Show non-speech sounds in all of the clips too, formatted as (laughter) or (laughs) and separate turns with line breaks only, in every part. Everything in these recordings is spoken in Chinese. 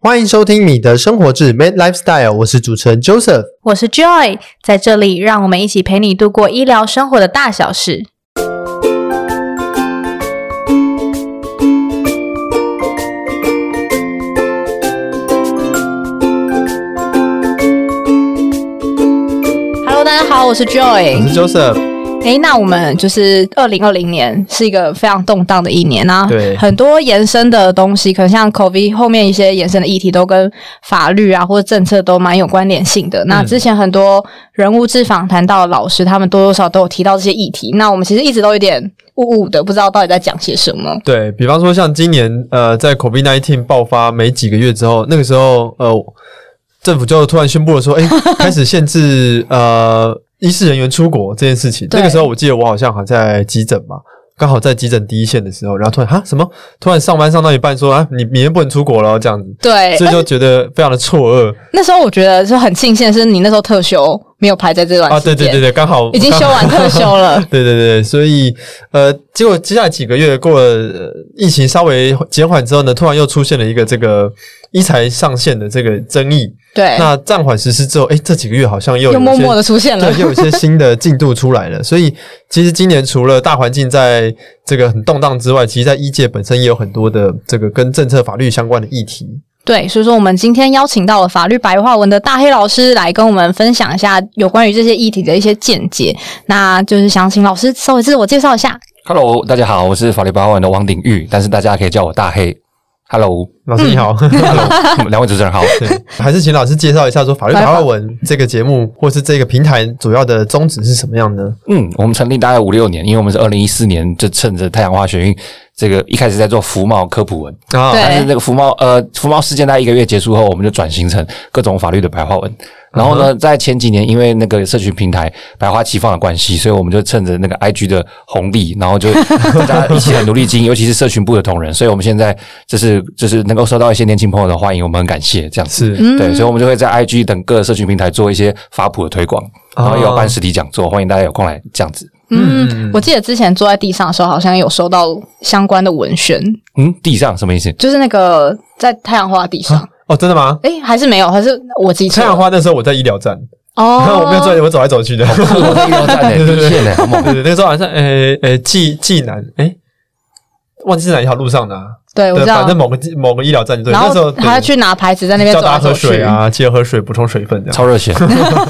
欢迎收听《米德生活志》（Med Lifestyle），我是主持人 Joseph。
我是 Joy，在这里让我们一起陪你度过医疗生活的大小事。Hello，大家好，我是
我
Joy。
是 Joseph，
诶，那我们就是二零二零年是一个非常动荡的一年啊，
对
很多延伸的东西，可能像 COVID 后面一些延伸的议题都跟法律啊或者政策都蛮有关联性的。
嗯
那之前很多人物志访谈到的老师，他们多多少少都有提到这些议题。那我们其实一直都有点雾雾的，不知道到底在讲些什么。
对比方说，像今年呃，在 COVID-19 爆发没几个月之后，那个时候呃，政府就突然宣布了说，
(laughs)
哎，开始限制呃医师人员出国这件事情。
对
那个时候我记得我好像还在急诊嘛，刚好在急诊第一线的时候，然后突然哈什么，突然上班上到一半说啊，你明天不能出国了这样子，
对，
所以就觉得非常的错愕
那时候我觉得是很庆幸，是你那时候特休没有排在这段
啊！
时间，
对对对对，刚好
已经休完特休
(laughs)
了。
对对对，所以呃，结果接下来几个月过了、呃疫情稍微减缓之后呢，突然又出现了一个这个一财上线的这个争议。
对，
那暂缓实施之后，哎，这几个月好像又有
哎又默
一些
默的出现了
对，。又有一些新的进度出来了。所以其实今年除了大环境在这个很动荡之外，其实在医界本身也有很多的这个跟政策法律相关的议题。
对，所以说我们今天邀请到了法律白话文的大黑老师来跟我们分享一下有关于这些议题的一些见解。那就是想请老师稍微自我介绍一下。
Hello，大家好，我是法律白话文的王鼎玉，但是大家可以叫我大黑。Hello，Hello，
老师你好，
(laughs)
嗯
两位主持人好。
(laughs) 对，还是请老师介绍一下说法律白话文这个节目或是这个平台主要的宗旨是什么样呢？
嗯，我们成立大概五六年，因为我们是二零一四年就趁着太阳花学运，这个一开始在做服贸科普文，
啊
对
但是那个服贸呃服贸事件大概一个月结束后，我们就转型成各种法律的白话文。然后呢，在前几年因为那个社群平台百花齐放的关系，所以我们就趁着那个 IG 的红利，然后就 (laughs) 大家一起很努力经营，尤其是社群部的同仁。所以我们现在就是就是能够收到一些年轻朋友的欢迎，我们很感谢这样子。
嗯
是，
对，所以我们就会在 IG 等各社群平台做一些法普的推广，然后也有办实体讲座，欢迎大家有空来这样子。
嗯，我记得之前坐在地上的时候，好像有收到相关的文宣，
嗯，地上什么
(laughs)
意思？
就是那个在太阳花地上，
哦，真的吗？
诶，还是没有，还是我记错
太
了
阳花那时候我在医疗站，然后
哦，哎
我没有坐，我走来走去的。
我在医疗站呢，
(laughs) 对
地
对
线呢，好猛
对对，那个时候好像诶诶济济南诶，忘记是哪一条路上的啊，
对，我
对，
知道
反正。某个地某个医疗站就对了。
然
那时候
后还要去拿牌子在那
对
边
叫
走
大
来
家喝
走去
水啊，记得喝水，补充水分这样。
超热血。 (laughs)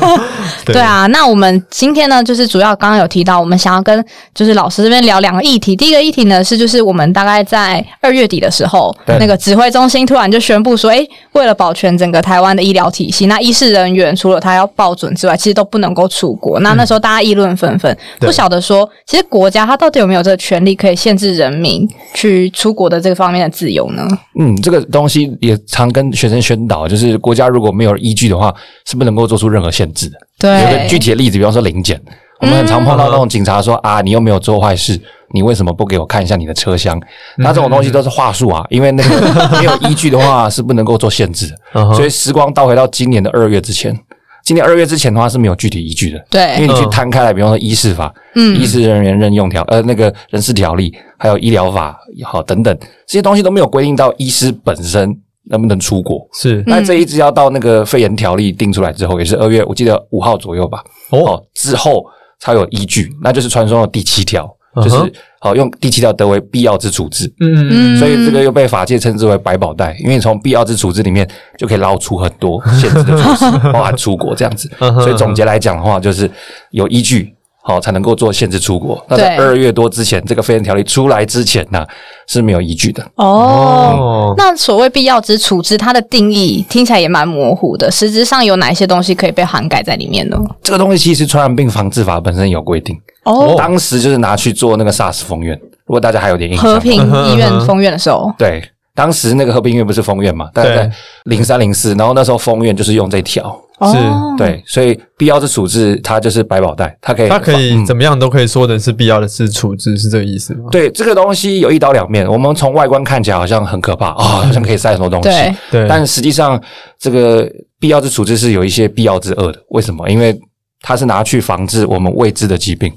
对啊，那我们今天呢，就是主要刚刚有提到，我们想要跟就是老师这边聊两个议题。第一个议题呢是，就是我们大概在二月底的时候，
对
那个指挥中心突然就宣布说，诶，为了保全整个台湾的医疗体系，那医事人员除了他要报准之外，其实都不能够出国。那那时候大家议论纷纷，
对
不晓得说，其实国家它到底有没有这个权利可以限制人民去出国的这个方面的自由呢？
嗯，这个东西也常跟学生宣导，就是国家如果没有依据的话，是不能够做出任何限制的。有个具体的例子，比方说临检，我们很常碰到那种警察说、啊，你又没有做坏事，你为什么不给我看一下你的车厢？那这种东西都是话术啊，因为那个 (laughs) 没有依据的话是不能够做限制的。
嗯哼
所以时光倒回到今年的二月之前，今年二月之前的话是没有具体依据的。因
对，
为你去摊开来，比方说医事法、
嗯
医事人员任用条呃那个人事条例，还有医疗法好等等这些东西都没有规定到医师本身能不能出国。
嗯
是
那这一直要到那个肺炎条例定出来之后，也是二月，我记得五号左右吧，
哦，
哦，之后才有依据，那就是传说的第七条，
嗯
就
哼
是好、用第七条得为必要之处置，
嗯，
嗯
所以这个又被法界称之为百宝袋，因为从必要之处置里面就可以捞出很多限制的措施，
(laughs)
包含出国这样子。
嗯哼
所以总结来讲的话，就是有依据。好，才能够做限制出国。那在
对
二月多之前，这个飞人条例出来之前呢、是没有依据的。
哦
哦，
那所谓必要之处置，它的定义听起来也蛮模糊的，实质上有哪一些东西可以被涵盖在里面呢？
这个东西其实《传染病防治法》本身有规定，
哦，
当时就是拿去做那个 SARS 封院。如果大家还有点印象的话，
和平医院封院的时候，
对，当时那个和平医院不是封院嘛，大概在零三零四，然后那时候封院就是用这条，
是
哦，
对，所以必要之处置它就是百宝袋，它可以
他可以
嗯
怎么样都可以说的是必要的是处置，是这个意思吗？
对这个东西有一刀两面，我们从外观看起来好像很可怕啊、好像可以塞很多东西，
嗯对，
对，
但实际上这个必要之处置是有一些必要之恶的。为什么？因为它是拿去防治我们未知的疾病。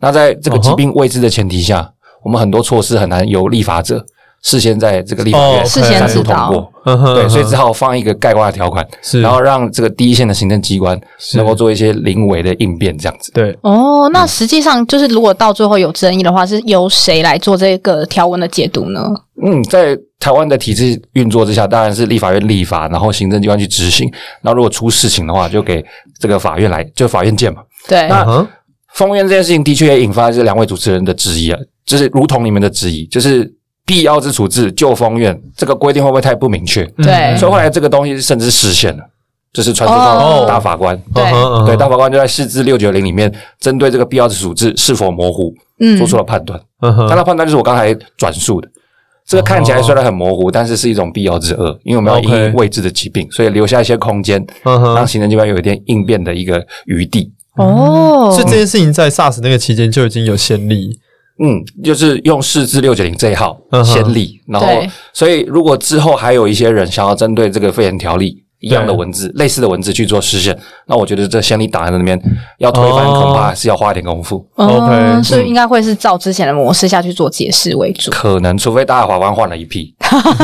那在这个疾病未知的前提下，我们很多措施很难由立法者事先在这个立法院
哦
事先
三读
知
通
道
过。
嗯哼
对，所以
嗯
只好放一个概括的条款，
是
然后让这个第一线的行政机关
是
能够做一些临危的应变，这样子。
对，
哦，那实际上就是，如果到最后有争议的话，是由谁来做这个条文的解读呢？
嗯，在台湾的体制运作之下，当然是立法院立法，然后行政机关去执行。那如果出事情的话，就给这个法院来，就法院见嘛。
对，
嗯哼，
封院这件事情的确也引发这两位主持人的质疑啊，就是如同你们的质疑，就是必要之处置就封院这个规定会不会太不明确？
对
所以后来这个东西甚至实现了，就是传说中
哦
的大法官。
对
嗯
对，
哼
大法官就在释字六九零里面，针对这个必要之处置是否模糊，
嗯
做出了判断。
嗯哼
但他判断就是我刚才转述的，这个看起来虽然很模糊，但是是一种必要之恶，因为我们要
哦 OK
因应未知的疾病，所以留下一些空间，
嗯
让
哼，
行政机关有一点应变的一个余地。
哦，
所以这件事情在 SARS 那个期间就已经有先例，
嗯，就是用释字六九零这一号
嗯哼
先例，然后
对
所以如果之后还有一些人想要针对这个肺炎条例一样的文字、类似的文字去做实现，那我觉得这先例档案那边要推翻，
哦
恐怕是要花点功夫。
嗯
OK，
所以应该会是照之前的模式下去做解释为主。
可能，除非大法官换了一批，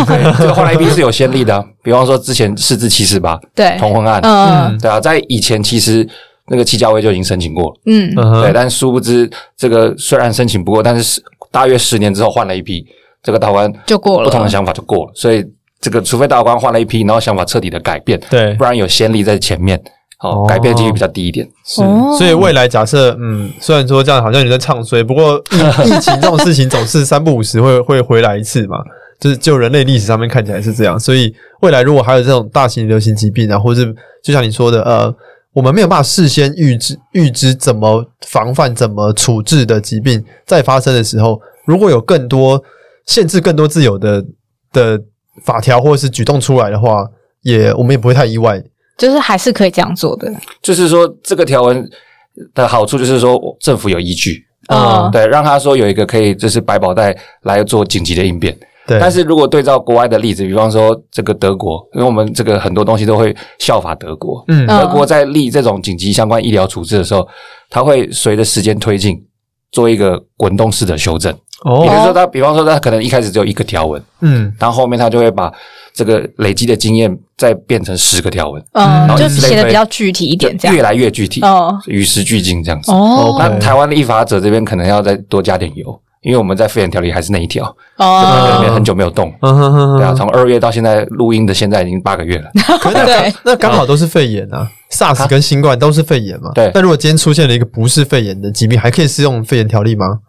对，这个换了一批是有先例的啊、比方说之前四至七十八
对，
同婚案，
哎嗯
对啊，在以前其实那个戚家威就已经申请过了，
嗯，
嗯
对，
哼，
但殊不知这个虽然申请不过，但是十大约十年之后换了一批，这个大法官
就过了
不同的想法就过了，所以这个除非大法官换了一批，然后想法彻底的改变，
对
不，然有先例在前面，好、
嗯哦
改变的几率比较低一点。
是
哦，
所以未来假设，嗯，虽然说这样好像有点在唱衰，不
(laughs)
过疫疫情这种事情总是三不五时会 (laughs) 会回来一次嘛，就是就人类历史上面看起来是这样，所以未来如果还有这种大型流行疾病啊，或是就像你说的，呃，我们没有办法事先预知预知怎么防范、怎么处置的疾病在发生的时候，如果有更多限制、更多自由的的法条或者是举动出来的话，也我们也不会太意外。
就是还是可以这样做的。
就是说这个条文的好处就是说我政府有依据，
嗯，
对，让他说有一个可以就是百宝袋来做紧急的应变。
对，
但是如果对照国外的例子，比方说这个德国，因为我们这个很多东西都会效法德国。
嗯
嗯
德国在立这种紧急相关医疗处置的时候，它会随着时间推进做一个滚动式的修正。比
哦
如说它，比方说它可能一开始只有一个条文，
嗯
但后面它就会把这个累积的经验再变成十个条文，
嗯，就
之类
写的
推
比较具体一点，这
就越
样。
来越具体，
哦
与时俱进这样子。
哦
那
OK
台湾立法者这边可能要再多加点油，因为我们在废人条例还是那一条，
哦，
可能很久没有动。
嗯哼哼哼
对啊，从二月到现在录音的现在已经八个月了。
可是那
对
刚那刚好都是肺炎啊，SARS 跟新冠都是肺炎嘛。
对
那如果今天出现了一个不是肺炎的疾病，还可以适用肺炎条例吗？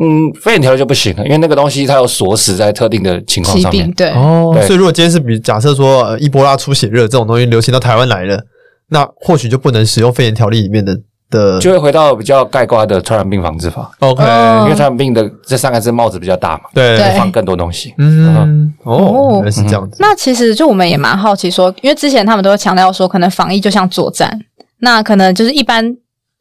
嗯，非炎条例就不行了，因为那个东西它有锁死在特定的情况
疾
上
病
面。
对，
哦
对
所以如果今天是比假设说呃伊波拉出血热这种东西流行到台湾来了，那或许就不能使用肺炎条例里面的的。
就会回到比较概括的传染病防治法，
OK，
哦
因为传染病的这三个字帽子比较大嘛，
对
对，
放更多东西。
嗯，
哦
哦，原来是这样子。
那其实就我们也蛮好奇说，因为之前他们都会强调说，可能防疫就像作战，那可能就是一般。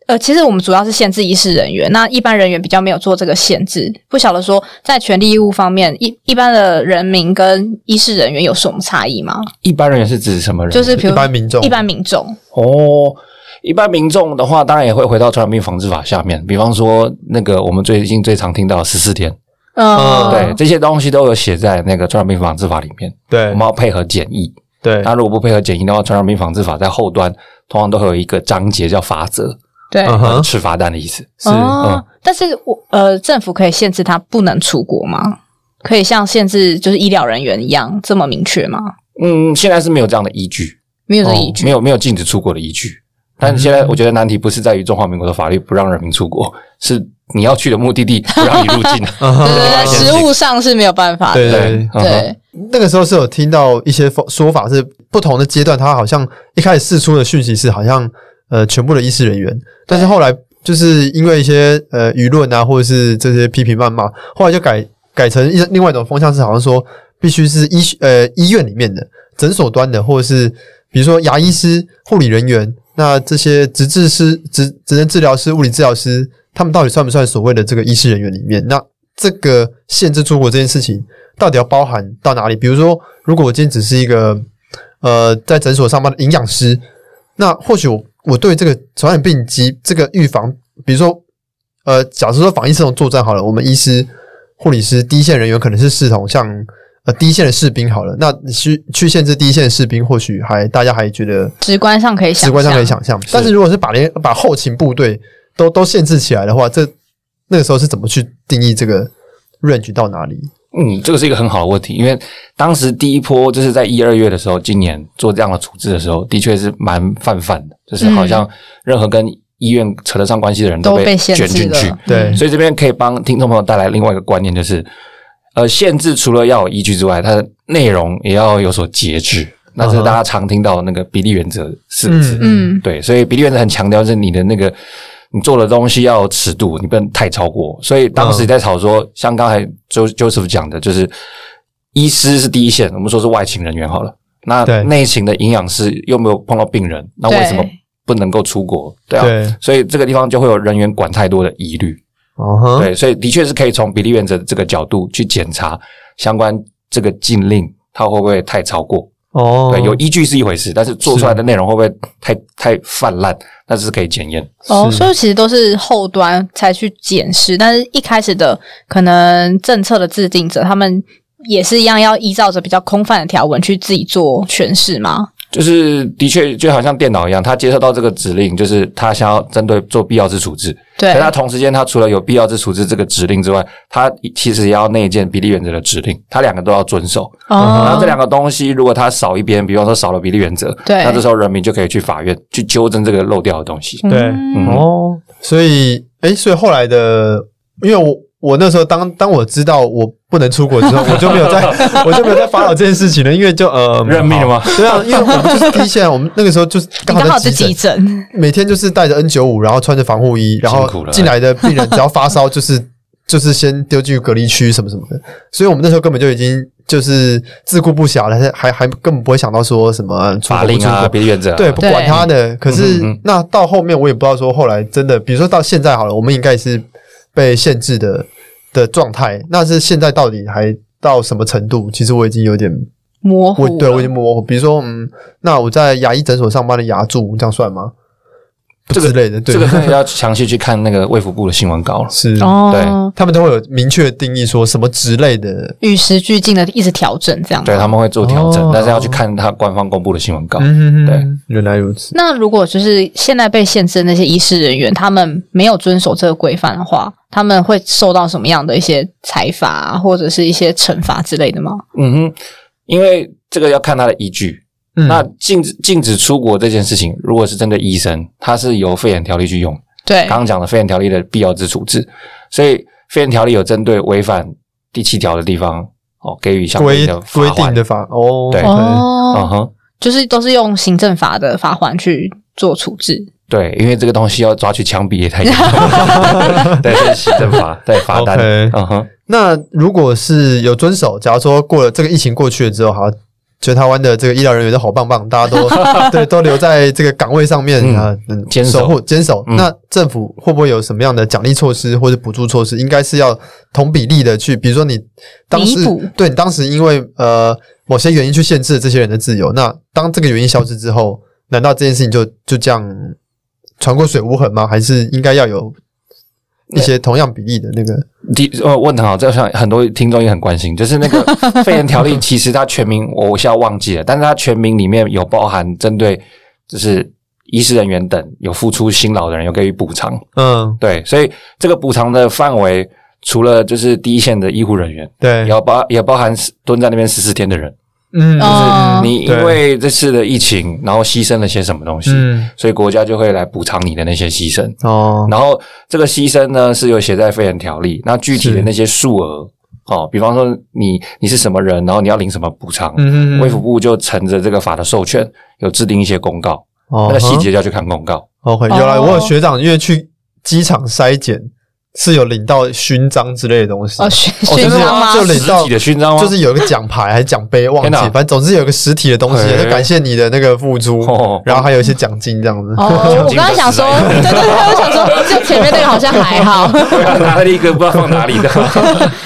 呃，其实我们主要是限制医师人员，那一般人员比较没有做这个限制，不晓得说在权利义务方面，一一般的人民跟医师人员有什么差异吗？
一般人是指什么人？
就是比
一
如
般民众，
一般民众，
哦，一般民众的话，当然也会回到传染病防治法下面，比方说那个我们最近最常听到十四天，
嗯，
对，这些东西都有写在那个传染病防治法里面，我
对
们要配合检疫。
对
那如果不配合检疫的话，传染病防治法在后端通常都会有一个章节叫罚则，呃
对，
嗯哼
吃罚单的意思。
是
哦
嗯，
但是我呃，政府可以限制他不能出国吗？可以像限制就是医疗人员一样这么明确吗？
嗯，现在是没有这样的依据，
没有这个
哦
依据。
没有没有禁止出国的依据。但现在我觉得难题不是在于中华民国的法律不让人民出国，是你要去的目的地不让你入境。
(laughs) 嗯哼
对对对，
嗯
实物上是没有办法的。
对啊
对，嗯哼
对，
那个时候是有听到一些说法，是不同的阶段，他好像一开始释出的讯息是好像呃全部的医师人员，但是后来就是因为一些呃舆论啊，或者是这些批评谩骂，后来就改改成一另外一种风向，是好像说必须是医呃医院里面的诊所端的，或者是比如说牙医师、护理人员，那这些职治师、职职能治疗师、物理治疗师，他们到底算不算所谓的这个医师人员里面？那这个限制出国这件事情，到底要包含到哪里？比如说，如果我今天只是一个呃在诊所上班的营养师，那或许我我对这个传染病及这个预防，比如说呃，假设说防疫这种作战好了，我们医师护理师第一线人员可能是视同像呃第一线的士兵好了，那去去限制第一线的士兵，或许还大家还觉得
直观上可以想象，
直观上可以想象。但是如果是把连把后勤部队都都限制起来的话，这那个时候是怎么去定义这个 range 到哪里？
嗯，这个是一个很好的问题，因为当时第一波就是在一二月的时候，今年做这样的处置的时候，的确是蛮泛泛的，就是好像任何跟医院扯得上关系的人
嗯都
被
被限
卷
制嗯
进
了
去。
对
所以这边可以帮听众朋友带来另外一个观念，就是呃，限制除了要有依据之外，它的内容也要有所节制。那是大家常听到的那个比例原则四个字，
嗯
对，所以比例原则很强调是你的那个你做的东西要有尺度，你不能太超过。所以当时在吵说，像刚才 Jo Joseph 讲的，就是医师是第一线，我们说是外勤人员好了，那
对
内勤的营养师又没有碰到病人，那为什么
对
不能够出国？对啊，
对，
所以这个地方就会有人员管太多的疑虑。
哦哼，
对，所以的确是可以从比例原则这个角度去检查相关这个禁令，它会不会太超过？
哦，
对，有依据是一回事，但是做
是
出来的内容会不会太太泛滥，那是可以检验。
哦，
是
所以其实都是后端才去检视，但是一开始的可能政策的制定者，他们也是一样要依照着比较空泛的条文去自己做诠释嘛。
就是的确就好像电脑一样，它接收到这个指令，就是它想要针对做必要之处置。
对
可，它同时间，它除了有必要之处置这个指令之外，它其实也要内建比例原则的指令，它两个都要遵守。
哦
嗯
然后这两个东西，如果它少一边，比方说少了比例原则，
对
那这时候人民就可以去法院去纠正这个漏掉的东西。
对
嗯
哦，所以诶，所以后来的，因为我我那时候当当我知道我不能出国
(laughs)
之后，我就没有再我就没有再发表这件事情了，因为就呃
认命了吗？
好对啊，因为我们就是第一线啊，我们那个时候就是
你
刚
刚好
好
是
在
急
急诊，
诊，
每天就是戴着 N 九五，然后穿着防护衣，然后
辛苦了
进来的病人只要发烧就是。 (laughs) 就是先丢进隔离区什么什么的，所以我们那时候根本就已经就是自顾不暇了，还还还根本不会想到说什么呃出国
法
不
令
出国
啊，比例原则、啊，
对，不管他的。可是
嗯嗯
那到后面我也不知道说后来真的，比如说到现在好了，我们应该也是被限制的的状态。那是现在到底还到什么程度？其实我已经有点
模糊
我
了。
对我已经模糊。比如说，嗯，那我在牙医诊所上班的牙助，这样算吗？
这个
之类的，对，嗯 (laughs)
这个真的要详细去看那个卫福部的新闻稿了。
是
哦，
他们都会有明确定义，说什么之类的。
与时俱进的一直调整这样。
对，他们会做调整，
哦
但是要去看他官方公布的新闻稿。
嗯
哦对，
原来如此。
那如果就是现在被限制的那些医师人员，他们没有遵守这个规范的话，他们会受到什么样的一些裁罚、啊、或者是一些惩罚之类的吗？
嗯哼，因为这个要看他的依据。
嗯
那禁止禁止出国这件事情，如果是针对医生，它是由肺炎条例去用。
哎
对
刚刚讲的肺炎条例的必要之处置，所以肺炎条例有针对违反第七条的地方哦，给予相对
规
应的罚
规
款
定的。法哦，
对
OK
嗯
哦，
哼，
就是都是用行政法的罚款去做处置。
对，因为这个东西要抓去枪毙也太严
(laughs)
重了，对，这是行政法，对罚单。
OK
嗯哼，
那如果是有遵守，假如说过了这个疫情过去了之后，好，觉得台湾的这个医疗人员都好棒棒，大家
(laughs)
都对都留在这个岗位上面
嗯
啊，嗯
坚守
守护坚守。
嗯
那政府会不会有什么样的奖励措施或者补助措施？应该是要同比例的去，比如说你当时
弥补
对你当时因为呃某些原因去限制了这些人的自由，那当这个原因消失之后，难道这件事情就就这样船过水无痕吗？还是应该要有一些同样比例的那个？
第呃问得好，这像很多听众也很关心，就是
(laughs)
那个肺炎条例，其实它全名我我现在忘记了，但是它全名里面有包含针对就是医师人员等有付出辛劳的人有给予补偿，
嗯，
对，所以这个补偿的范围除了就是第一线的医护人员，
对，
也要包也包含蹲在那边十四天的人，
嗯，
哦
你因为这次的疫情，然后牺牲了些什么东西，
嗯
所以国家就会来补偿你的那些牺牲。
哦，
然后这个牺牲呢是有写在肺炎条例，那具体的那些数额哦，比方说你你是什么人，然后你要领什么补偿，
嗯
卫福部就乘着这个法的授权，有制定一些公告，
那
那个细节就要去看公告。
哦 OK，
哦
原来我有学长因为去机场筛检是有领到勋章之类的东西
哦，，勋
就
勋
是
章吗？
就领
实
到
体的勋章吗？ (laughs)
就是有一个奖牌还是奖杯，忘记，
天哪
反正总之有一个实体的东西，
嘿
就感谢你的那个付出
哦，
然后还有一些奖金这样子。
哦，我刚才想说，对对对，我想说，就前面那个好像还好，
(laughs)
拿了一个不知道放哪里的，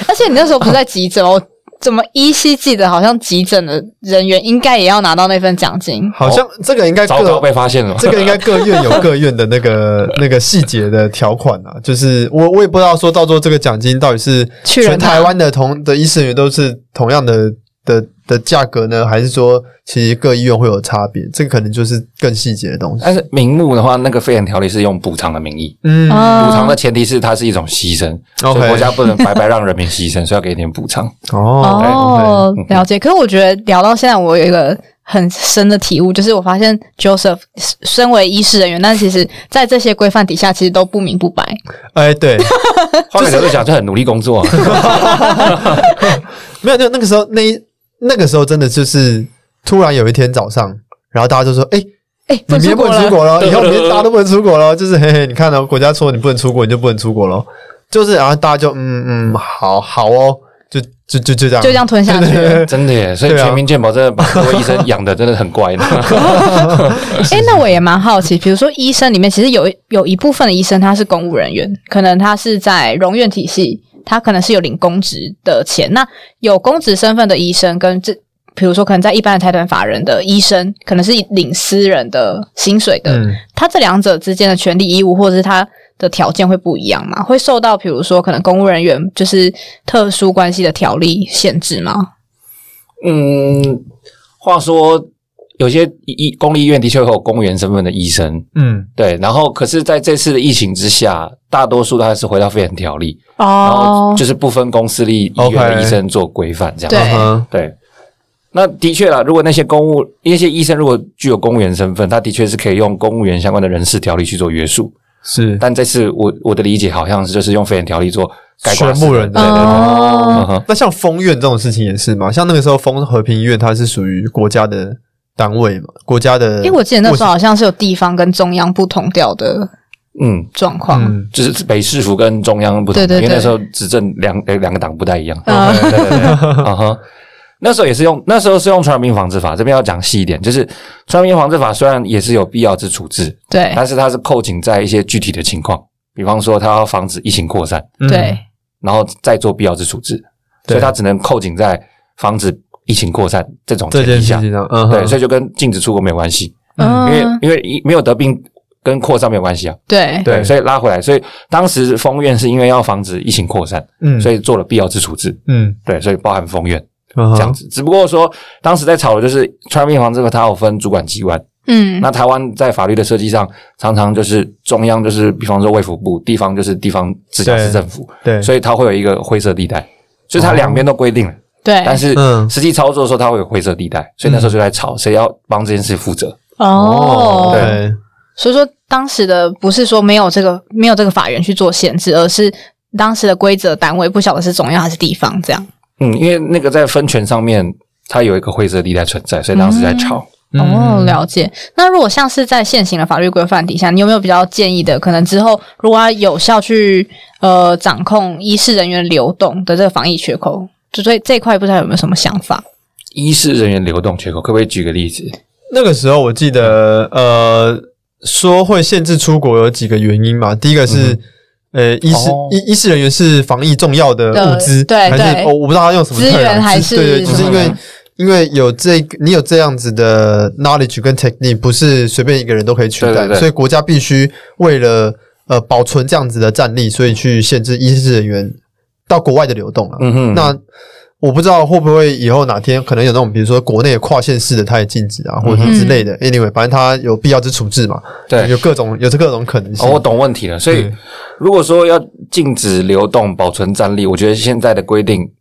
而且你那时候不是在急诊吗？我哦怎么依稀记得好像急诊的人员应该也要拿到那份奖金。
好像这个应该
早早
各
被发 (laughs) 现了。
这个应该各院有各院的那个那个细节的条款啊，就是我我也不知道说到时候这个奖金到底是
去了
全
哪
台湾的同的医师人员都是同样的的的价格呢，还是说其实各医院会有差别？这个可能就是更细节的东西。
但是名目的话，那个非典条例是用补偿的名义，
嗯，
补
补
偿的前提是它是一种牺牲，所
OK
以国家不能白白让人民牺牲，所以要给一点
(laughs)
补偿。
哦，
哦
对，对
了解。可是我觉得聊到现在，我有一个很深的体悟，就是我发现 Joseph 身为医师人员，但其实在这些规范底下，其实都不明不白。
哎，对，
换个角度讲，就很努力工作啊，
没有，那那个时候那一那个时候真的就是突然有一天早上，然后大家就说，哎、
哎，
你明
出
天不
国
能出
了，
国了，
对
以后明天大家都不能出国了，就是嘿嘿，你看到、国家说你不能出国，你就不能出国了，就是然后大家就嗯嗯，好好哦，就就就就这样，
就
(laughs)
这样吞下去
对。对对
(laughs) 真的耶！所以
对啊
全民健保真的把各位医生养的真的很乖呢。 (laughs)
哎，那我也蛮好奇，比如说医生里面，其实有一有一部分的医生他是公务人员，可能他是在荣院体系，他可能是有领公职的钱。那有公职身份的医生跟这。比如说，可能在一般的财团法人的医生，可能是领私人的薪水的，
嗯，
他这两者之间的权利义务，或者是他的条件会不一样吗？会受到比如说可能公务人员就是特殊关系的条例限制吗？
嗯，话说有些医公立医院的确会有公务员身份的医生，
嗯，
对。然后，可是在这次的疫情之下，大多数他还是回到非人条例，
哦
然后就是不分公私立医院的
OK
医生做规范这样。
对
嗯哼
对。那的确啦，如果那些公务那些医生如果具有公务员身份，他的确是可以用公务员相关的人事条例去做约束。
是
但这次我我的理解好像是就是用非人条例做概括
全部人
对
的。
对对，嗯
哦，
哼，
那像封院这种事情也是嘛，像那个时候封和平医院，它是属于国家的单位嘛，国家的，
因为我记得那时候好像是有地方跟中央不同调的
嗯，
状况。
嗯，
就是北市府跟中央不同，
对对对
因为那时候执政两呃两个党不太一样。
呃
对
(laughs)
对对，啊哈。那时候也是用，那时候是用《传染病防治法》，这边要讲细一点，就是《传染病防治法》虽然也是有必要之处置，
对
但是它是扣紧在一些具体的情况，比方说它要防止疫情扩散，
嗯
对，
然后再做必要之处置，
对
所以它只能扣紧在防止疫情扩散这种
这
前
件
提
事
下，
情上，嗯哼，
对，所以就跟禁止出国没有关系，因为
嗯，
因为一没有得病跟扩散没有关系啊，
对
对
对，所以拉回来，所以当时封院是因为要防止疫情扩散，
嗯，
所以做了必要之处置，
嗯，
对，所以包含封院
这
这样子。只不过说当时在吵的就是传染病防治法，它有分主管机关。
嗯，
那台湾在法律的设计上，常常就是中央就是比方说卫福部，地方就是地方直辖市政府，
对，哦
所以它会有一个灰色地带，所以它两边都规定了，
对，
但是
嗯
实际操作的时候它会有灰色地带，所以那时候就在吵谁要帮这件事负责。
哦，
对，
所以说，当时的不是说没有这个没有这个法源去做限制，而是当时的规则单位不晓得是中央还是地方这样。
嗯，因为那个在分权上面，它有一个灰色地带存在，所以当时
嗯
在吵。
哦，了解。那如果像是在现行的法律规范底下，你有没有比较建议的？可能之后如果要有效去呃掌控医师人员流动的这个防疫缺口，就所以这一块不知道有没有什么想法？
医师人员流动缺口，可不可以举个例子？
那个时候我记得，呃，说会限制出国有几个原因嘛。第一个是，呃，医师
嗯哦
医医师人员是防疫重要的
的
物资，
对
还是
对
哦，我不知道他用什么
资源
term 啊
还
只
是
对对，只是
什
因
么
为因为有这个你有这样子的 knowledge 跟 technique，不是随便一个人都可以取代，
对对对
所以国家必须为了呃保存这样子的战力，所以去限制医师人员到国外的流动啊。
嗯哼
那我不知道会不会以后哪天可能有那种，比如说国内跨县市的，它也禁止啊，或者是之类的。anyway，反正它有必要之处置嘛，
嗯对
有，各种有这各种可能性。
哦，我懂问题了。所以
对，
如果说要禁止流动、保存战力，我觉得现在的规定，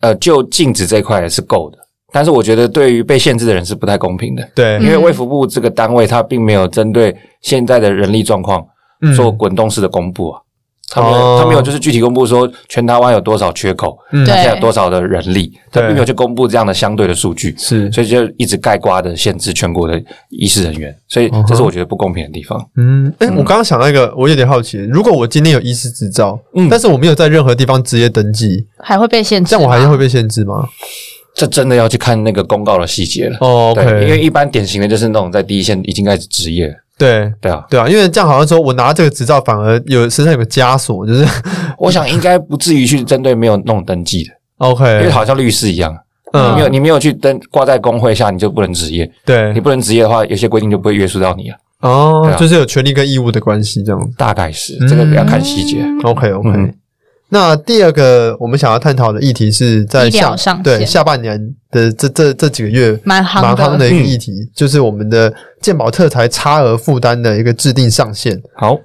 呃，就禁止这一块是够的。但是，我觉得对于被限制的人是不太公平的，
对，
因为
嗯
卫福部这个单位，它并没有针对现在的人力状况
嗯
做滚动式的公布啊。他没
哦
有，他没有，就是具体公布说全台湾有多少缺口，
嗯
那现在
对
有多少的人力，他
对
并没有去公布这样的相对的数据。
是，
所以就一直盖瓜的限制全国的医师人员，所以这是我觉得不公平的地方。
嗯，哎，我刚刚想到一个，我有点好奇，如果我今天有医师执照，
嗯
但是我没有在任何地方职业登记，
还会被限制
这
吗？
样我还是会被限制吗？
这真的要去看那个公告的细节了。
哦
对，因为
，OK，
一般典型的就是那种在第一线已经开始职业了，
对。
对啊。
对啊，因为这样好像说，我拿这个执照反而有身上有个枷锁，就是
我想应该不至于去针对没有那种登记的，因为
OK，
好像律师一样，你没有
嗯，
你没有去登挂在工会下，你就不能执业。你
对，
不能执业的话，有些规定就不会约束到你了。对
哦，
啊
就是有权利跟义务的关系这样子。
大概是
嗯
这个要看细节。
OK OK，、
嗯
那第二个我们想要探讨的议题是在
医
下
疗上线
对下半年的这这这几个月
蛮
蛮
夯
夯
的
的一个议题，就是我们的健保特才差额负担的一个制定上限。
好，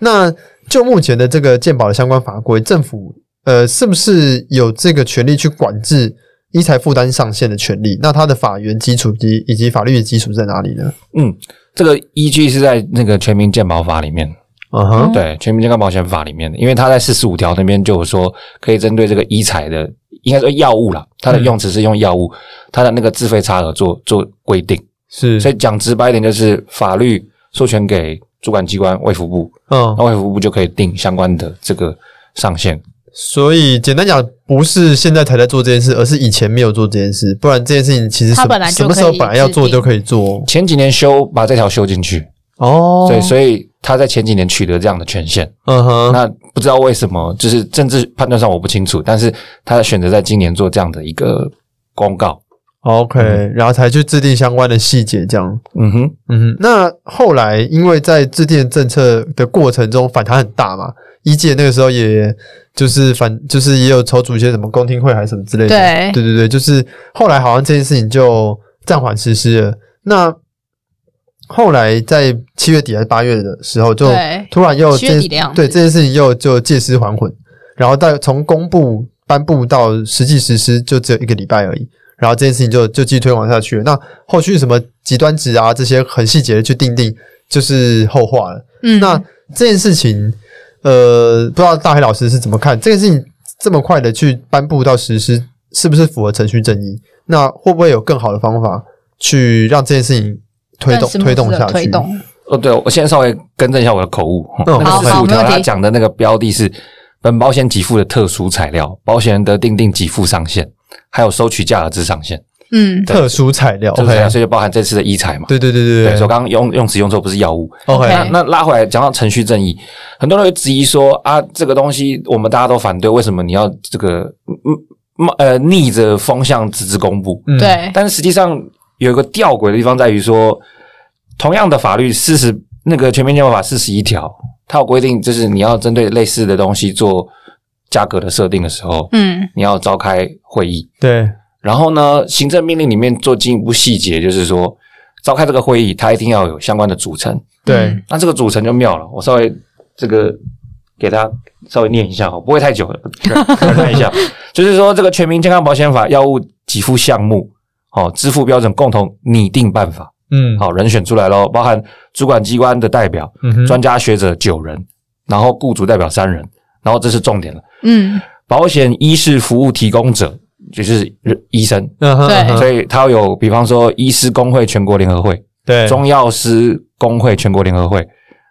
那就目前的这个健保的相关法规，政府呃是不是有这个权利去管制医财负担上限的权利？那它的法源基础及以及法律的基础在哪里呢？
嗯，这个依据是在那个《全民健保法》里面，
嗯哼，
嗯
对，《全民健康保险法》里面的，因为它在四十五条那边就有说，可以针对这个医材的，应该说药物啦，它的用词是用药物，它的那个自费差额做做规定。
是
所以讲直白一点，就是法律授权给主管机关卫福部，
嗯
那，卫福部就可以定相关的这个上限。
所以简单讲，不是现在才在做这件事，而是以前没有做这件事，不然这件事情其实
它
什
本
么
来就
什么时候
可以
本来要做
制定
就可以做
前几年修把这条修进去，
哦。
对，所以他在前几年取得这样的权限。
嗯哼，
那不知道为什么，就是政治判断上我不清楚，但是他选择在今年做这样的一个公告。
OK，、然后才去制定相关的细节，这样。
嗯哼，
嗯哼，那后来因为在制定政策的过程中反弹很大嘛，一届那个时候也就是反就是也有筹组一些什么公听会还是什么之类的，
对
对对对，就是后来好像这件事情就暂缓实施了。那后来在七月底还是八月的时候，就
对
突然又
七月
这
底的样子
对这件事情又就借尸还魂，然后到从公布颁布到实际实施就只有一个礼拜而已，然后这件事情就就继续推广下去了。那后续什么极端值啊这些很细节的去定定，就是后话了。
嗯，
那这件事情，呃，不知道大黑老师是怎么看这件事情这么快的去颁布到实施，是不是符合程序正义？那会不会有更好的方法去让这件事情推动
更 smooth
推动
地
下去？
推动
哦，对，我先稍微更正一下我的口误。
嗯
那
好
个四十
好
五
没
条
问题
他讲的那个标的是本保险给付的特殊材料，保险人得定定给付上限，还有收取价额之上限，
嗯，
特殊材料
这是材料
，OK，
所以就包含这次的医材嘛。
对对对对
对，所以我刚刚用用词用错，不是药物。
，OK，
那那拉回来讲到程序正义，很多人会质疑说啊，这个东西我们大家都反对，为什么你要这个嗯嗯呃逆着风向直直公布？
嗯，
对，
但是实际上有一个吊诡的地方在于说，同样的法律四十那个全面健保法四十一条，它有规定，就是你要针对类似的东西做价格的设定的时候，
嗯，
你要召开会议。
对，
然后呢，行政命令里面做进一步细节，就是说召开这个会议，它一定要有相关的组成。
对，
那这个组成就妙了，我稍微这个给大家稍微念一下哈，不会太久了， (laughs) 看一下，就是说这个《全民健康保险法》药物给付项目，哦，支付标准共同拟定办法，
嗯，，
好、人选出来喽，包含主管机关的代表、
嗯哼，
专家学者九人，然后雇主代表三人，然后这是重点了，
嗯，
保险医事服务提供者就是医生，
嗯哼，
对
嗯哼
所以他有比方说医师工会全国联合会。
对，
中药师工会全国联合会，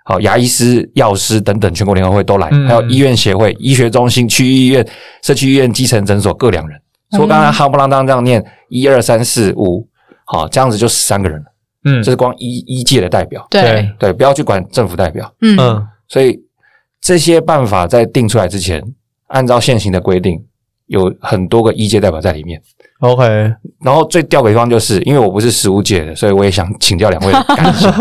好，牙医师、药师等等全国联合会都来，
嗯
还有医院协会、医学中心、区医院、社区医院、基层诊所各两人。
嗯
所以我刚才夯不啷当这样念，一二三四五，好，这样子就十三个人了，
嗯，
这是光医医界的代表，
对，，
对，不要去管政府代表。
嗯，
嗯，
所以这些办法在定出来之前，按照现行的规定，有很多个医界代表在里面。
，OK，
然后最吊诡的地方就是，因为我不是实务界的，所以我也想请教两位的感想。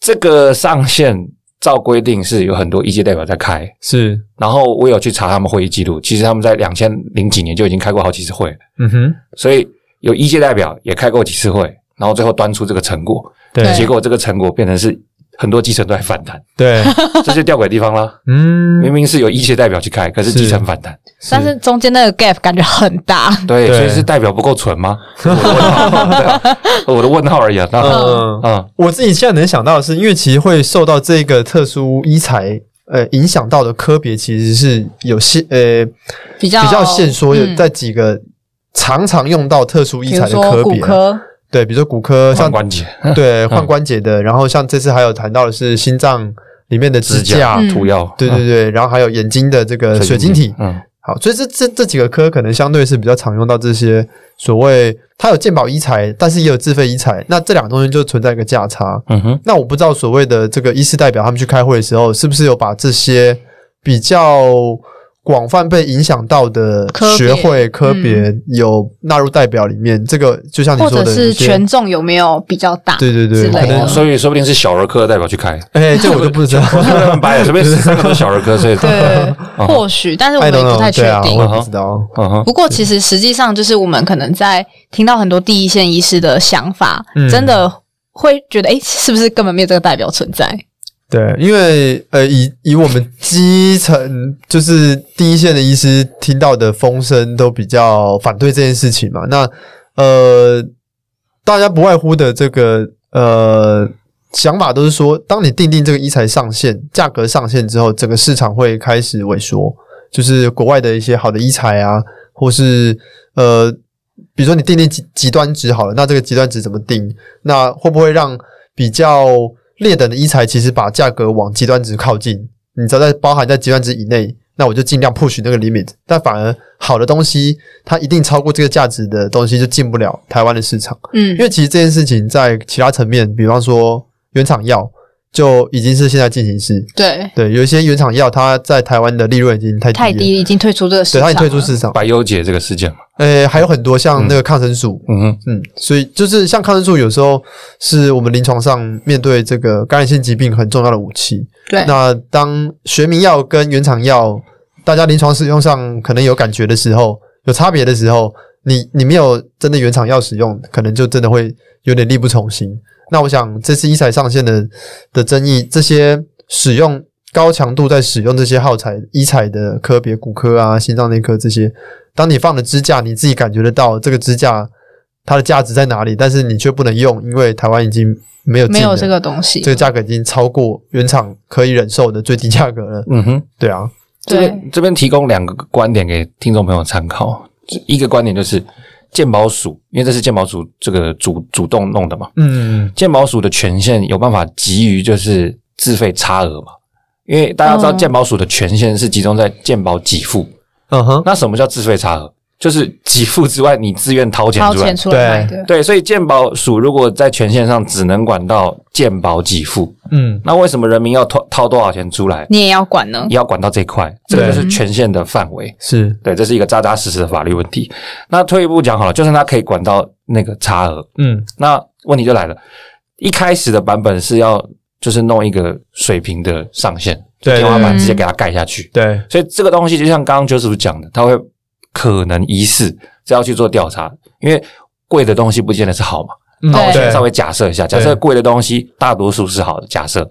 这个上限照规定是有很多一届代表在开，
是，
然后我有去查他们会议记录，其实他们在两千零几年就已经开过好几次会了，
嗯哼，
所以有一届代表也开过几次会，然后最后端出这个成果，
对
结果这个成果变成是很多基层都在反弹，
对，
(laughs)
这就吊诡的地方
(laughs)
啦。明
嗯，
明是有一届代表去开，可是
是
基层反弹，
但是中间那个 gap 感觉很大，
对，
对
所以是代表不够纯吗？我的问号，对啊我的问号而已啊。那
嗯。
嗯，
我自己现在能想到的是，因为其实会受到这个特殊医材呃影响到的科别，其实是有限呃
比较
比较限缩，有
嗯
在几个常常用到特殊医
比
材
如
的
说
科
骨
别，
科，
对，比如说骨科，
上
像
关节、
对换关节的，然后像这次还有谈到的是心脏里面的支
指
架
甲、
嗯，
涂药，啊
对对对，然后还有眼睛的这个
嗯，
水晶体，
嗯，
好，所以这这这几个科可能相对是比较常用到这些所谓它有健保医材，但是也有自费医材，那这两个东西就存在一个价差。
嗯哼，
那我不知道所谓的这个医师代表他们去开会的时候，是不是有把这些比较广泛被影响到的
科别
学会科别有纳入代表里面，这个就像你
或
说
者
的
是
一些
权重有没有比较大？
对对对，
之类
可
的
能
哦所以说不定是小儿科的代表去
(laughs)
开，
哎， (laughs) 这我就不知道，
乱掰了，随便三个都是小儿科，
(laughs)
所
(laughs)
以
对，
嗯
或许，但是我
哦 I
们
don't
也不
know，
太确
对啊，
定。
我也不知道，
嗯哼，
不过，其实实际上就是我们可能在听到很多第一线医师的想法，
嗯
真的会觉得，哎，是不是根本没有这个代表存在？
对，因为呃，以以我们基层就是第一线的医师听到的风声都比较反对这件事情嘛，那呃，大家不外乎的这个呃想法都是说，当你定定这个医材上限、价格上限之后，整个市场会开始萎缩，就是国外的一些好的医材啊，或是呃，比如说你定定极极端值好了，那这个极端值怎么定？那会不会让比较劣等的医材其实把价格往极端值靠近？你只要在包含在极端值以内，那我就尽量 push 那个 limit。但反而好的东西，它一定超过这个价值的东西就进不了台湾的市场。
嗯
因，为其实这件事情在其他层面，比方说原厂药就已经是现在进行式。
对，
对，有一些原厂药它在台湾的利润已经太低了，
太低，已经退出这个市
对，
场
它
了，
已经退出市场。
白优姐这个事件嘛，
呃，还有很多像那个抗生素，
嗯哼，
嗯，所以就是像抗生素，有时候是我们临床上面对这个感染性疾病很重要的武器。
对，
那当学名药跟原厂药，大家临床使用上可能有感觉的时候，有差别的时候，你你没有真的原厂药使用，可能就真的会有点力不从心。那我想这次医材上线的的争议，这些使用高强度在使用这些耗材医材的科别骨科啊、心脏内科这些，当你放了支架，你自己感觉得到这个支架它的价值在哪里，但是你却不能用，因为台湾已经没有
没
进
有
了
这个东西
这。个价格已经超过原厂可以忍受的最低价格了。
嗯哼。
对啊，
这
对
边这边提供两个观点给听众朋友参考。一个观点就是鉴宝署，因为这是鉴宝署这个主主动弄的嘛，
嗯，
鉴宝署的权限有办法给予就是自费差额嘛。因为大家知道
嗯
鉴宝署的权限是集中在鉴宝给付，
嗯哼，
那什么叫自费差额？就是给付之外，你自愿掏钱
掏
出来
钱。出来买
对
的，
对，所以鉴宝署如果在权限上只能管到鉴宝给付，
嗯
那为什么人民要掏掏多少钱出来，
你也要管呢。
也要管到这一块？这个就是权限的范围。
是，
对，这是一个扎扎实实的法律问题。那退一步讲好了，就算它可以管到那个差额，
嗯
那问题就来了。一开始的版本是要就是弄一个水平的上限，
对
天花板
对
直接给它盖下去。
对，
所以这个东西就像刚刚 Joseph 讲的，它会可能疑似这要去做调查，因为贵的东西不见得是好嘛。
嗯
那我
对
先稍微假设一下，假设
对
贵的东西大多数是好的，假设，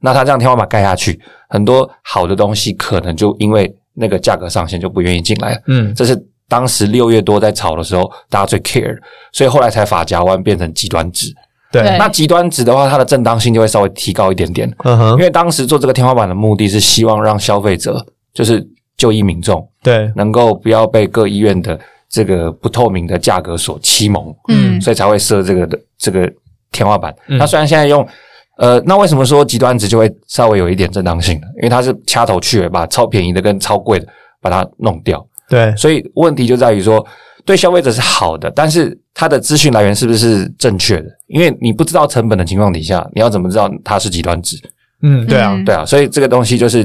那它这样天花板盖下去，很多好的东西可能就因为那个价格上限就不愿意进来了。
嗯
这是当时六月多在炒的时候，大家最 care，的所以后来才法夹弯变成极端值。
对
对，
那极端值的话，它的正当性就会稍微提高一点点，
嗯
因
哼，
为当时做这个天花板的目的是希望让消费者，就是就医民众，
对，
能够不要被各医院的这个不透明的价格所欺蒙，
嗯，
所以才会设这个的这个天花板。
嗯
那虽然现在用。呃，那为什么说极端值就会稍微有一点正当性呢？因为它是掐头去尾，把超便宜的跟超贵的把它弄掉。
对，
所以问题就在于说，对消费者是好的，但是它的资讯来源是不是正确的？因为你不知道成本的情况底下，你要怎么知道它是极端值？
嗯对啊，
嗯
对啊，所以这个东西就是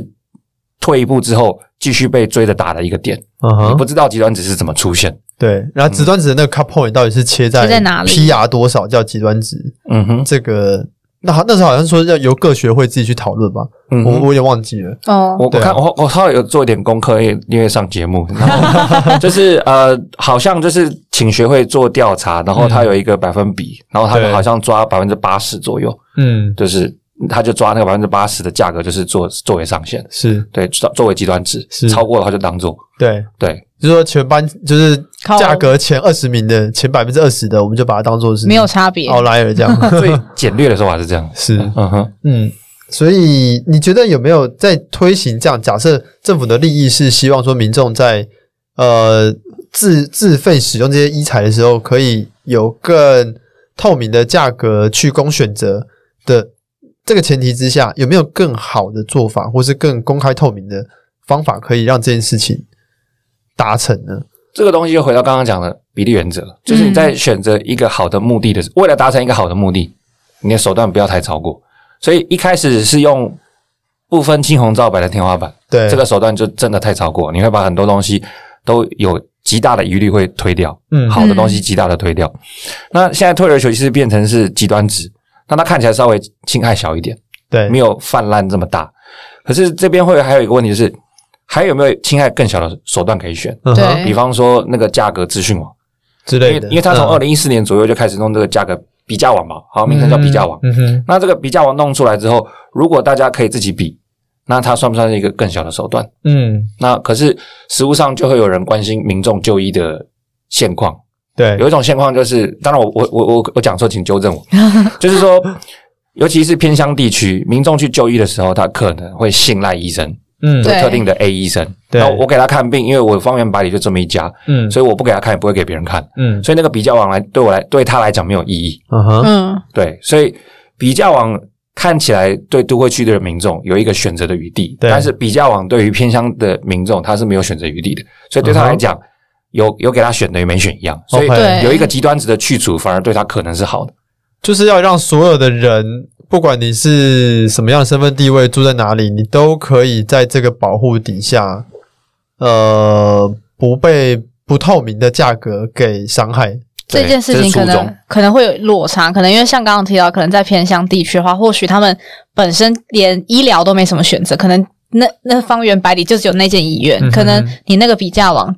退一步之后继续被追着打的一个点。
嗯
你不
哼，
知道极端值是怎么出现。
对，然后极端值的那个 cut point 到底是切在
切在哪里
PR 多少叫极端值？
嗯哼，
这个那好那时候好像说要由各学会自己去讨论吧，
嗯
我
哼
我有点忘记了。
哦，
我我
对啊
看我我稍微有做一点功课，因为因为上
(laughs)
节目， (laughs) 然后就是呃，好像就是请学会做调查，然后它有一个百分比，然后他
嗯
们
对
好像抓百分之八十左右，
嗯，
就是他就抓那个百分之八十的价格，就是做作为上限，
是
对，作作为极端值
是，
超过的话就当做
对，
对，
就是说全班就是
靠
价格前二十名的前百分之二十的，我们就把它当做是
没有差别。
outlier
(laughs)
这样，。
最简略的说法是这样
是。
嗯哼，
嗯，所以你觉得有没有在推行这样？假设政府的利益是希望说民众在呃自自费使用这些医材的时候，可以有更透明的价格去供选择的这个前提之下，有没有更好的做法，或是更公开透明的方法，可以让这件事情达成呢？
这个东西就回到刚刚讲的比例原则，就是你在选择一个好的目的的时，为了达成一个好的目的，你的手段不要太超过。所以一开始是用不分青红皂白的天花板，
对，
这个手段就真的太超过，你会把很多东西都有极大的疑虑会推掉，
嗯
好的东西极大的推掉。那现在退而求其次变成是极端值，那它看起来稍微侵害小一点，
对
没有泛滥这么大。可是这边会还有一个问题是，还有没有侵害更小的手段可以选？
嗯哼
对
比方说那个价格资讯网，
之
因
类
为
的，
因为它从
嗯
二零一四年左右就开始弄这个价格比价网嘛，好，名称叫比价网。
嗯哼，
那这个比价网弄出来之后，如果大家可以自己比，那它算不算是一个更小的手段？
嗯，
那可是实物上就会有人关心民众就医的现况。
对，
有一种现况就是，当然我我我我我讲错，请纠正我，就是说，尤其是偏乡地区，民众去就医的时候，他可能会信赖医生，
嗯，
就
对
特定的 A 医生。
对
然后我给他看病，因为我方圆百里就这么一家，
嗯，
所以我不给他看，也不会给别人看。
嗯，
所以那个比较网来对我来对他来讲没有意义。
嗯哼，
嗯，
对，所以比较网看起来对都会区的民众有一个选择的余地，
对
但是比较网对于偏乡的民众他是没有选择余地的，所以对
嗯
他
哼
来讲，有有给他选的也没选一样，所以
OK
对
有一个极端值的去除，反而对他可能是好的。
就是要让所有的人，不管你是什么样的身份地位，住在哪里，你都可以在这个保护底下，呃，不被不透明的价格给伤害。
对
这件事情可
这是初
能
衷
可能会有落差，可能因为像刚刚提到，可能在偏乡地区的话，或许他们本身连医疗都没什么选择，可能那那方圆百里就只有那间医院，
嗯哼
可能你那个比价网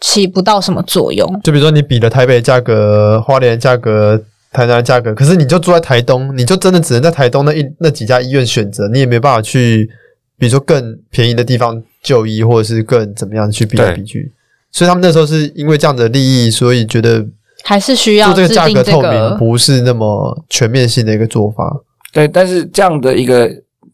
起不到什么作用。
就比如说你比了台北价格、花莲价格、台南价格，可是你就住在台东，你就真的只能在台东那一那几家医院选择，你也没办法去，比如说更便宜的地方就医，或者是更怎么样去比来
对
比去。所以他们那时候是因为这样的利益，所以觉得
还是需要
做这
制
个价
定
格
这
透
个
明不是那么全面性的一个做法。
对，但是这样的一个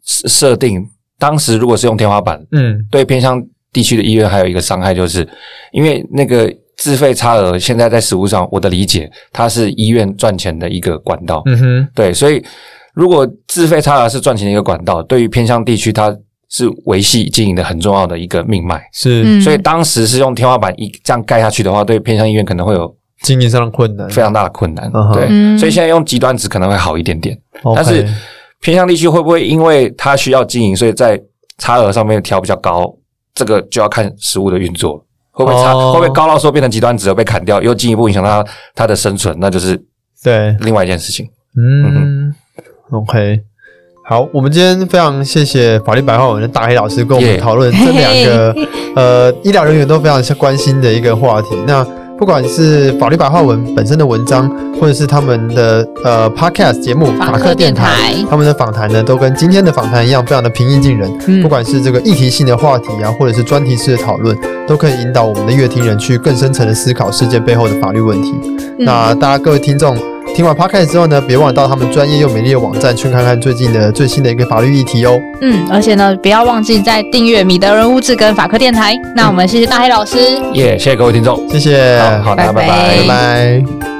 设设定，当时如果是用天花板，
嗯，
对偏乡地区的医院还有一个伤害，就是因为那个自费差额，现在在实务上我的理解，它是医院赚钱的一个管道。
嗯哼，
对，所以如果自费差额是赚钱的一个管道，对于偏乡地区，它是维系经营的很重要的一个命脉。
是、
嗯
所以当时是用天花板一这样盖下去的话，对偏乡医院可能会有
经营上的困难，
非常大的困难。
嗯哼
对，
嗯
所以现在用极端值可能会好一点点。
OK，
但是偏向地区会不会因为它需要经营，所以在差额上面调比较高？这个就要看食物的运作了，会不会差，
哦
会不会高到说变成极端值而被砍掉，又进一步影响到它它的生存，那就是
对，
另外一件事情。
嗯 o k 好，我们今天非常谢谢法律白话文的大黑老师跟我们
Yeah
讨论这两
(laughs)
个呃医疗人员都非常关心的一个话题。那不管是法律白话文本身的文章，或者是他们的呃 podcast 节目法
法克
克电
电
台
台，
他们的访谈呢，都跟今天的访谈一样，非常的平易近人。
嗯
不管是这个议题性的话题啊，或者是专题式的讨论，都可以引导我们的乐听人去更深层的思考事件背后的法律问题。
嗯
那大家各位听众听完 podcast 之后呢，别忘了到他们专业又美丽的网站去看看最近的最新的一个法律议题哦。
嗯，而且呢，不要忘记在订阅米德人物志跟法科电台。那我们谢谢大黑老师，
耶、谢谢各位听众，
谢谢，
好好的，
拜拜
拜
拜
拜。